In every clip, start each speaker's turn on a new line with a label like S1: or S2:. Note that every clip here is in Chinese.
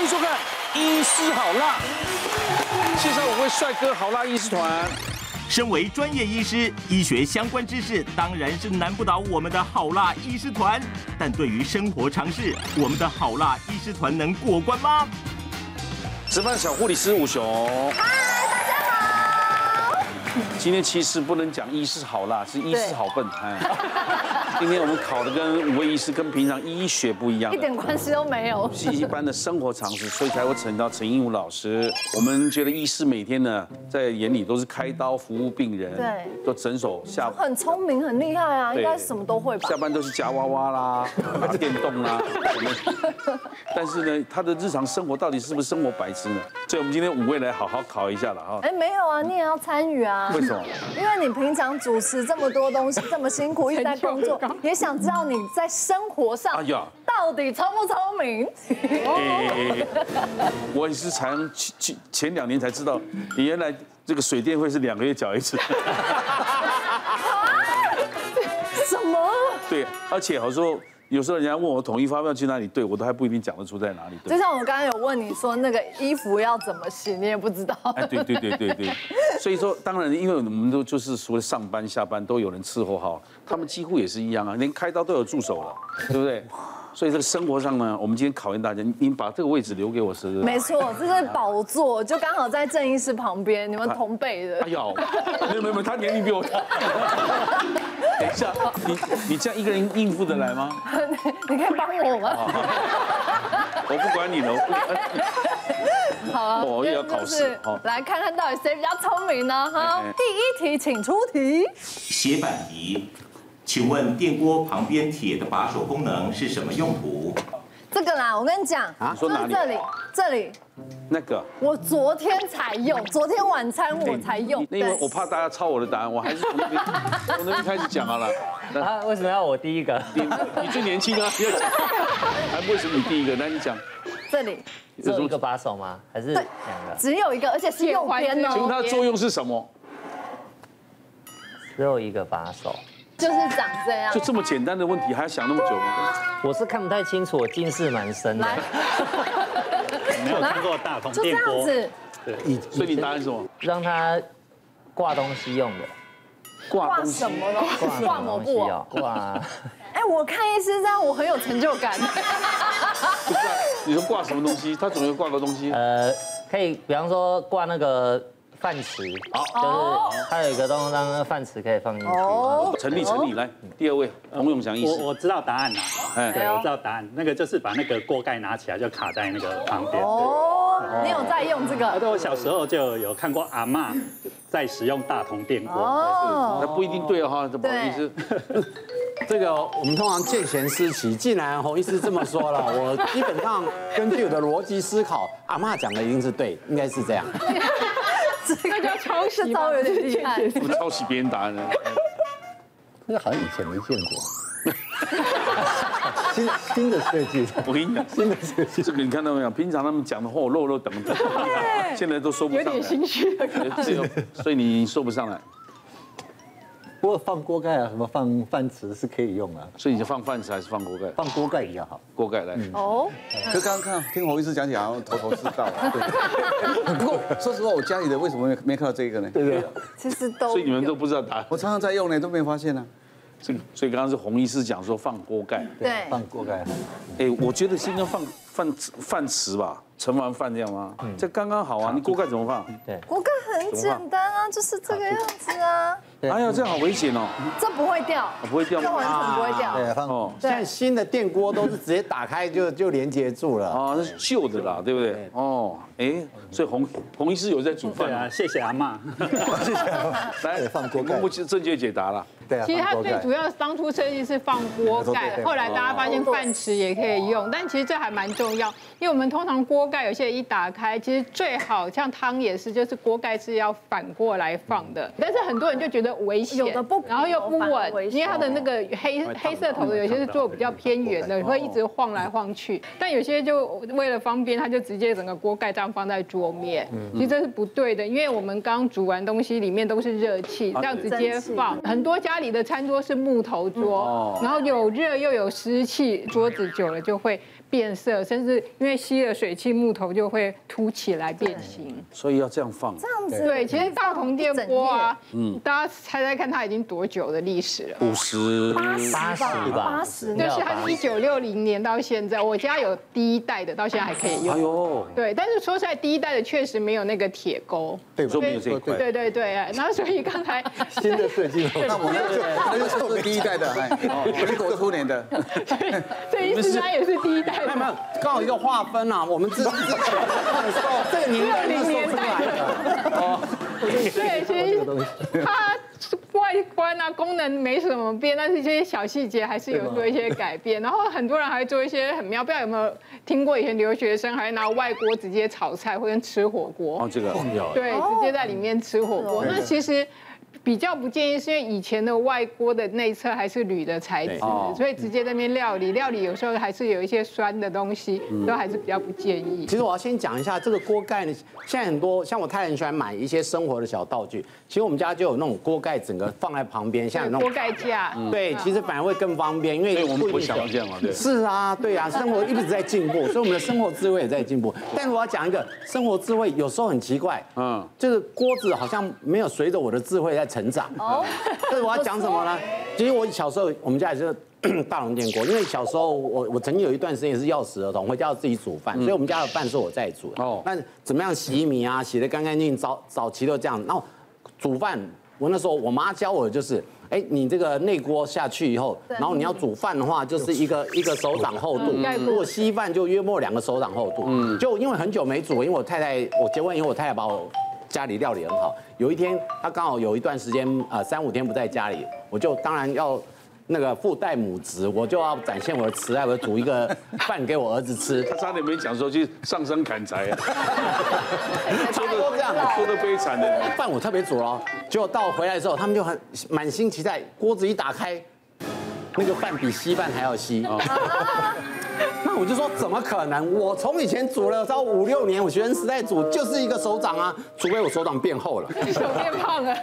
S1: 迎收看《医师好辣》，介绍五位帅哥好辣医师团。
S2: 身为专业医师，医学相关知识当然是难不倒我们的好辣医师团。但对于生活常识，我们的好辣医师团能过关吗？
S1: 值班小护理师吴雄。今天其实不能讲医师好啦，是医师好笨。哎，今天我们考的跟五位医师跟平常医学不一样
S3: 一，点关系都没有。
S1: 是一般的生活常识，所以才会请到陈义武老师。我们觉得医师每天呢，在眼里都是开刀服务病人，
S3: 对，
S1: 都诊所下
S3: 很聪明，很厉害啊，应该是什么都会吧
S1: 下？班都是夹娃娃啦、打电动啦。我们但是呢，他的日常生活到底是不是生活白痴呢？所以我们今天五位来好好考一下了哈。
S3: 哎，没有啊，你也要参与啊。
S1: 为什么？
S3: 因为你平常主持这么多东西，这么辛苦，一直在工 作，也想知道你在生活上
S1: 哎呀
S3: 到底聪不聪明？哦
S1: 我也是才前前前两年才知道，你原来这个水电费是两个月缴一次。
S3: 什么？
S1: 对，而且好说，有时候人家问我统一发票去哪里兑，我都还不一定讲得出在哪里
S3: 就
S1: 兑。
S3: 像我刚刚有问你说那个衣服要怎么洗，你也不知道。
S1: 哎，对对对对 对，所以说当然，因为我们都就是除了上班下班都有人伺候好，他们几乎也是一样啊，连开刀都有助手了，对不对？所以这个生活上呢，我们今天考验大家，你你把这个位置留给我是不是？
S3: 没错，这是宝座，就刚好在郑医师旁边，你们同辈的
S1: 哎。呦，没有没有没有，他年龄比我 大。等一下，你你这样一个人应付得来吗？
S3: 你可以帮我吗？
S1: 我不管你了，我不管
S3: 好啊，
S1: 哦又要考试
S3: 就是
S1: 好
S3: 来看看到底谁比较聪明呢？哈
S1: 哎哎，
S3: 第一题，请出题。
S2: 斜板仪，请问电锅旁边铁的把手功能是什么用途？
S3: 这个啦，我跟你讲，
S1: 啊你说
S3: 就是
S1: 哪里
S3: 这里，这里，
S1: 那个。
S3: 我昨天才用，昨天晚餐我
S1: 哎
S3: 才用。
S1: 那因为
S3: 对
S1: 我怕大家抄我的答案，我还是从那边从那边开始讲好 了。那
S4: 啊，为什么要我第一个？
S1: 你你最年轻啊，你要讲，还哎为什么你第一个？那你讲，
S3: 这里
S4: 只有一个把手吗？还是两个？
S3: 只有一个，而且是右边
S1: 请问
S3: 哦，
S1: 它的作用是什么？
S4: 只有一个把手。
S3: 就是长这样
S1: 就。这么简单的问题，还要想那么久
S3: 啊
S1: 吗？
S4: 我是看不太清楚，我近视蛮深的
S3: 来。，
S5: 没有看过大同
S3: 就这
S5: 电
S3: 样
S5: 锅，
S3: 子
S1: 所以你答案是什么？
S4: 让它挂东西用的，
S1: 挂
S3: 挂
S1: 东西啊
S3: 什。么了？挂
S4: 什么
S3: 抹
S4: 东西
S3: 布哦。
S4: 哦？挂
S3: 哎，我看医师这样，我很有成就 感。
S1: 不是啊，你说挂什么东西？它总有挂个东西。
S3: 哎
S4: 呃，可以，比方说挂那个饭匙，就是它有一个东西让那个饭匙可以放进去。
S3: 哦，哦
S1: 成立成立，来第二位洪永祥医
S5: 我
S1: 师，
S5: 我知道答案了，对，
S1: 哎，
S5: 我知道答案，那个就是把那个锅盖拿起来就卡在那个旁边。对
S3: 哦，你有在用这
S5: 啊，
S3: 个？
S5: 对，我小时候就有看过阿嬷在使用大同电锅，
S3: 哦，
S1: 那不一定对哦哈，不好意思，
S6: 这个我们通常见贤思齐，既然洪医师这么 说了，我基本上根据我的逻辑思考，阿嬷讲的一定是对，应该是这样。
S3: 这个叫抄袭，这招 有点厉害。
S1: 我抄袭别人答案了。
S7: 那好像以前没见过。 新新的设计，
S1: 我跟你讲，
S7: 新的设计，
S1: 这个你看到没有？平常他们讲的话，我肉肉等等，现在都说不上来。有点心虚 所以你说不上来，
S7: 不过放锅盖啊，什么放饭匙是可以用啊，
S1: 所以你就放饭匙还是放锅盖？
S7: 放锅盖比较好。嗯
S1: 锅盖来，
S3: 哦，
S8: 可刚刚看听侯医师讲讲，好像头头是道啊。对不过说实话，我家里的为什么没没看到这个呢？
S3: 其实都有。
S1: 所以你们都不知道答案。
S8: 我常常在用呢，都没发现呢。
S1: 这个，所以刚刚是洪医师讲说放锅盖，
S3: 对，
S7: 放锅盖，
S1: 哎，我觉得先要放饭饭匙吧，盛完饭这样吗？这刚刚好啊，你锅盖怎么放？
S3: 锅盖很简单啊，就是这个样子啊，
S1: 哎呀，这样好危险哦，
S3: 这不会掉，
S1: 不会掉
S3: 这完
S1: 吗？
S3: 全不会掉。
S7: 对，放
S1: 哦，
S6: 现在新的电锅都是直接打开就就连接住
S7: 哦
S6: 了。
S1: 啊，那是旧的啦，对不对？哦，哎，所以洪洪医师有在煮
S5: 对
S1: 饭
S5: 啊，
S1: 啊，
S5: 谢谢阿嬷。
S1: 来
S7: 对放锅盖
S1: 公布正确解答了。
S7: 对啊，
S9: 其实
S7: 放
S9: 它
S7: 锅
S9: 最
S7: 盖
S9: 主。要当初设计是放锅盖，后来大家发现
S3: 哦
S9: 饭匙也可以用，但其实这还蛮重要，因为我们通常锅盖有些一打开，其实最好像汤也是，就是锅盖是要反过来放的，但是很多人就觉得危险，
S3: 有的不
S9: 然后又不
S3: 反
S9: 稳
S3: 危，险哦
S9: 因为它的那个黑黑色头的有些是做比较偏圆的，会一直晃来晃去，但有些就为了方便，它就直接整个锅盖这样放在桌面，其实这是不对的，因为我们刚煮完东西里面都是热气，这样直接放，很多家家里的餐桌是木头
S1: 嗯哦
S9: 桌，然后有热又有湿气，桌子久了就会变色，甚至因为吸了水汽，木头就会凸起来变形。
S1: 所以要这样放。
S3: 这样子
S9: 对，其实大同电锅啊，
S1: 嗯
S9: 大家猜猜看，它已经多久的历史了？
S1: 五十
S4: 八十吧，
S3: 八十
S9: 就
S4: 对
S9: 是
S1: 嗯
S9: 它是一九六零年到现在，我家有第一代的，到现在还可以
S1: 哎
S9: 用。
S1: 呦，
S9: 对，但是说实在，第一代的确实没有那个铁钩。
S7: 对
S1: 说没有这一块。
S9: 对对对，然后所以 刚才
S7: 新的设计，
S8: 那我那就那就是我们第一代的，哎，我是国初年的，
S9: 这一次他也是第一代
S6: 没有没
S9: 的，
S6: 有，刚好一个划分啊，我们之之前说这个年代是说出来的，
S9: 对，其实它外观啊功能没什么变，但是这些小细节还是有做一些改变。然后很多人还会做一些很妙，不知道有没有听过以前留学生还会拿外锅直接炒菜或者吃火锅。
S1: 哦，这个
S9: 对，直接在里面吃火锅。那其实。比较不建议，是因为以前的外锅的内侧还是铝的材质，所以直接在那边料理，料理有时候还是有一些酸的东西，都还是比较不建议。
S6: 其实我要先讲一下这个锅盖呢，现在很多像我太太很喜欢买一些生活的小道具，其实我们家就有那种锅盖，整个放在旁边，像有那
S9: 锅
S6: 种。
S9: 盖架，
S6: 对，其实反而会更方便，因为
S1: 对嗯我们不
S6: 不
S1: 会想到这样嘛对
S6: 是啊，对啊，生活一直在进步，所以我们的生活智慧也在进步。但我要讲一个生活智慧，有时候很奇怪，
S1: 嗯
S6: 嗯，就是锅子好像没有随着我的智慧在成长。
S3: 哦，
S6: 但是我要讲什么呢？其实我小时候，我们家也是 大龙电锅，因为小时候我我曾经有一段时间也是钥匙儿童，回家要自己煮饭，所以我们家的饭是我在煮。
S1: 哦
S6: 嗯哦，那怎么样洗米啊，洗得干干净净，早早期都这样。然后煮饭，我那时候我妈教我的就是。哎，你这个内锅下去以后，然后你要煮饭的话，就是一个一个手掌厚度
S9: 嗯盖，过
S6: 如果稀饭就约莫两个手掌厚度。嗯，就因为很久没煮，因为我太太我结婚以后，我太太把我家里料理很好。有一天她刚好有一段时间呃三五天不在家里，我就当然要。那个父代母职，我就要展现我的慈爱，我煮一个饭给我儿子吃。
S1: 他差点没讲说去上山砍柴 啊，
S6: 差不多这样，
S1: 说的悲惨的。
S6: 饭我特别煮了哦，结果到回来之后，他们就很满心期待，锅子一打开，那个饭比稀饭还要稀啊。那我就说怎么可能？我从以前煮了到五六年，我学生时代煮就是一个手掌啊，除非我手掌变厚了。
S9: 手变胖了。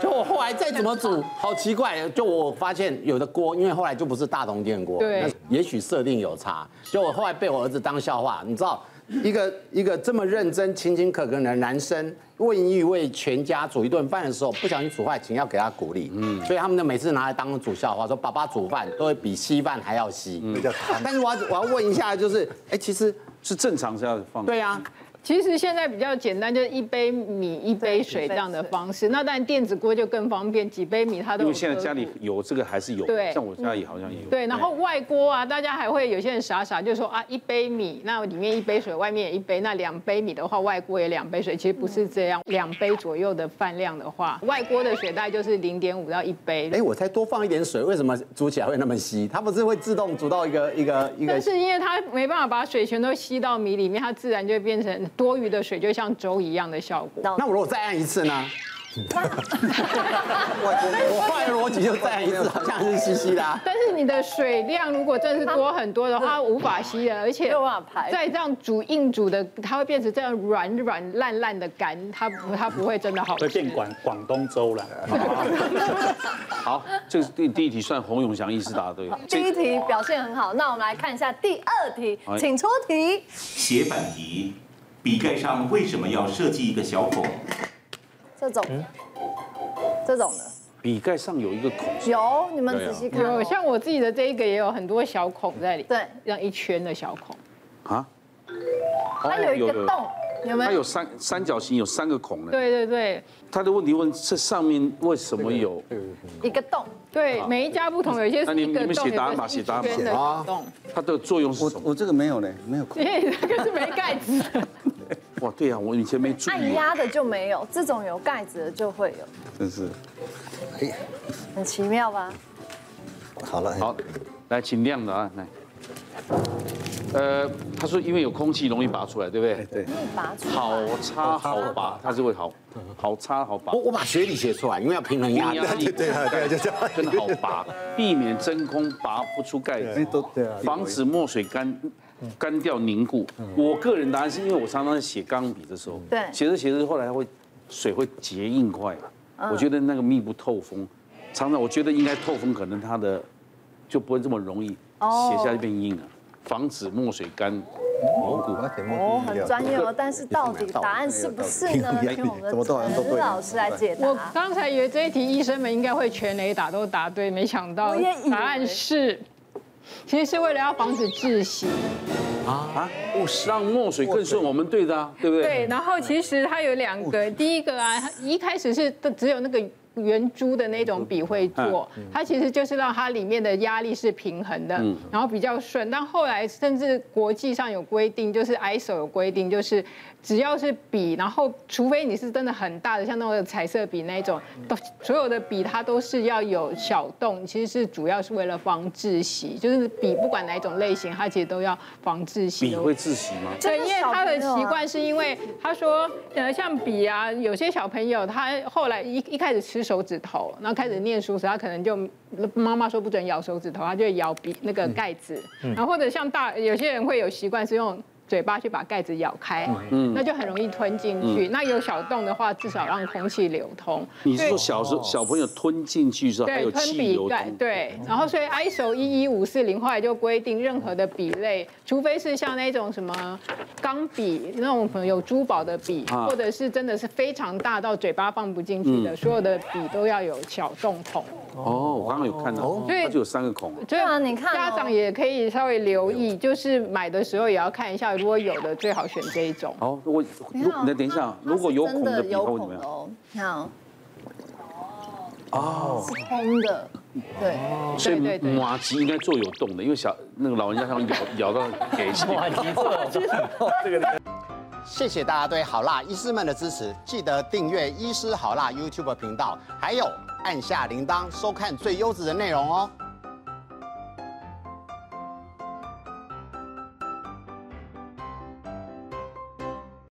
S6: 就我后来再怎么煮，好奇怪。就我发现有的锅，因为后来就不是大同电锅，
S9: 对，
S6: 也许设定有差。就我后来被我儿子当笑话，你知道，一个一个这么认真、勤勤恳恳的男生，为一为全家煮一顿饭的时候，不小心煮坏，请要给他鼓励。嗯，所以他们呢每次拿来当煮笑话，说爸爸煮饭都会比稀饭还要稀。
S7: 比较贪
S6: 但是我要我要问一下，就是，哎，其实
S1: 是正常是要放。
S6: 对啊，
S9: 其实现在比较简单，就是一杯米一杯水这样的方式。那当然电子锅就更方便，几杯米它都
S1: 因
S9: 有
S1: 为现在
S9: 遮
S1: 家里
S9: 住
S1: 有这个还是有，
S9: 啊对
S1: 像我家里好像也有。
S9: 对，然后外锅啊，大家还会有些人傻傻就说啊，一杯米，那里面一杯水，外面也一杯，那两杯米的话，外锅也两杯水，其实不是这样，
S1: 嗯
S9: 两杯左右的饭量的话，外锅的水大概就是零点五到一杯。
S6: 哎，我才多放一点水，为什么煮起来会那么稀？它不是会自动煮到一个一个一个
S9: 但是因为它没办法把水全都吸到米里面，它自然就会变成多余的水，就像粥一样的效果。
S6: 那我如果再按一次 呢？我后来的逻辑就再按一次，好像还是稀稀的、啊。
S9: 但是你的水量如果真是多很多的话， 它无法吸的，而且
S3: 有办法排
S9: 再这样煮硬煮的，它会变成这样软软烂烂的干，它不它不会真的好吃。
S5: 会变广广东粥了。
S1: 好，这个第第一题算洪永祥意识答对。
S3: 第一题表现很好，那我们来看一下第二题，
S1: 哎
S3: 请出题。
S2: 斜板题，笔盖上为什么要设计一个小孔？
S3: 这种
S1: 嗯
S3: 的，这种的
S1: 笔盖上有一个孔，
S3: 有，你们仔细看哦，
S9: 有像我自己的这一个也有很多小孔在里，
S3: 对，
S9: 这样一圈的小孔。
S1: 啊？
S3: 它有一个洞，有没
S1: 它
S3: 有？
S1: 有三三角形，有三个孔呢。
S9: 对对对
S1: 他的问题问这上面为什么有？
S3: 一个洞，
S9: 对，每一家不同，有些
S1: 啊那
S9: 是
S1: 你
S9: 一个
S1: 你们
S9: 洞，
S1: 写答案吧
S9: 有些是
S1: 写答案
S9: 一
S1: 吧
S9: 圈 的
S6: 哦
S9: 小洞，
S1: 它的作用是
S8: 我
S1: 什么？
S8: 我这个没有呢，没有。
S9: 因为这哎个是没盖子 的。
S1: 哇，对啊，我以前没注
S3: 按
S1: 意。
S3: 压的就没有，这种有盖子的就会有，
S8: 真是
S3: 很奇妙吧？
S7: 好了，
S1: 好，来，请亮答案来。呃，他说因为有空气容易拔出来，对不哎对？
S3: 你拔出来，
S1: 好插好拔，它是会好好插好拔
S6: 我，我把学理写出来，因为要平衡压力。
S1: 力
S7: 对啊，对啊，就这样。
S1: 跟好拔，避免真空拔不出盖子
S8: 哎。都对啊，
S1: 防止墨水干干掉凝固。我个人答案是因为我常常写钢笔的时候，
S3: 对
S1: 写着写着后来它会水会结硬块，我觉得那个密不透风，常常我觉得应该透风，可能它的就不会这么容易写下就变硬了，防止墨水干蘑菇。
S7: 我要填
S3: 哦，
S7: 充
S3: 很专业哦，但是到底答案是不是呢？听我们
S7: 怎么都好像都
S3: 的
S7: 对
S3: 陈老师来解
S9: 我
S3: 答。
S9: 刚才以为这一题医生们应该会全雷打都答对，没想到
S3: 我也以为
S9: 答案是，其实是为了要防止窒息。
S1: 啊，哦让墨水更顺，我们对的、啊，对不对？哦
S9: 对，然后其实它有两个，第一个啊，它一开始是只有那个。圆珠的那种笔会做，
S1: 嗯
S9: 它其实就是让它里面的压力是平衡的，然后比较顺。但后来甚至国际上有规定，就是 ISO 有规定，就是只要是笔，然后除非你是真的很大的，像那种彩色笔那种，
S1: 嗯
S9: 都所有的笔它都是要有小洞，其实是主要是为了防窒息，就是笔不管哪一种类型，它其实都要防窒息
S1: 笔
S9: 的
S1: 会窒息吗？
S9: 对，因
S3: 真
S9: 为
S3: 小
S9: 他的
S3: 朋友啊
S9: 习惯是因为他说，呃，像笔啊，有些小朋友他后来一一开始吃手指头，然后开始念书时，他可能就妈妈说不准咬手指头，他就会咬笔那个盖子，然后或者像大有些人会有习惯是用。嘴巴去把盖子咬开，那就很容易吞进去。那有小洞的话，至少让空气流通。
S1: 你是
S9: 对
S1: 说小时候小朋友吞进去之后还
S9: 对，
S1: 有
S9: 吞
S1: 气
S9: 笔
S1: 流
S9: 盖
S1: 通？
S9: 对，然后所
S1: 嗯
S9: 以 ISO 一一五四零后来就规定，任何的笔类，除非是像那种什么钢笔那种可能有珠宝的笔，
S1: 啊嗯
S9: 或者是真的是非常大到嘴巴放不进去的，所有的笔都要有小洞孔。
S1: 哦，我刚刚有看到，
S9: 对
S1: 它就有三个孔。
S9: 所以
S3: 对啊你看哦
S9: 家长也可以稍微留意，就是买的时候也要看一下，如果有的最好选这一种。
S1: 好，我如
S3: 看哦
S1: 那等一下，如果有孔
S3: 它
S1: 的
S3: 是真
S1: 笔，它
S3: 有
S1: 会怎
S3: 孔
S1: 么
S3: 的
S1: 样？
S3: 哦，你看哦，哦，是空的，对，
S1: 所以
S9: 对对对
S1: 马吉应该做有洞的，因为小那个老人家他们咬 咬到给力。
S4: 哇，你这个
S10: 谢谢大家对好辣医师们的支持，记得订阅医师好辣 YouTube 频道，还有按下铃铛收看最优质的内容哦。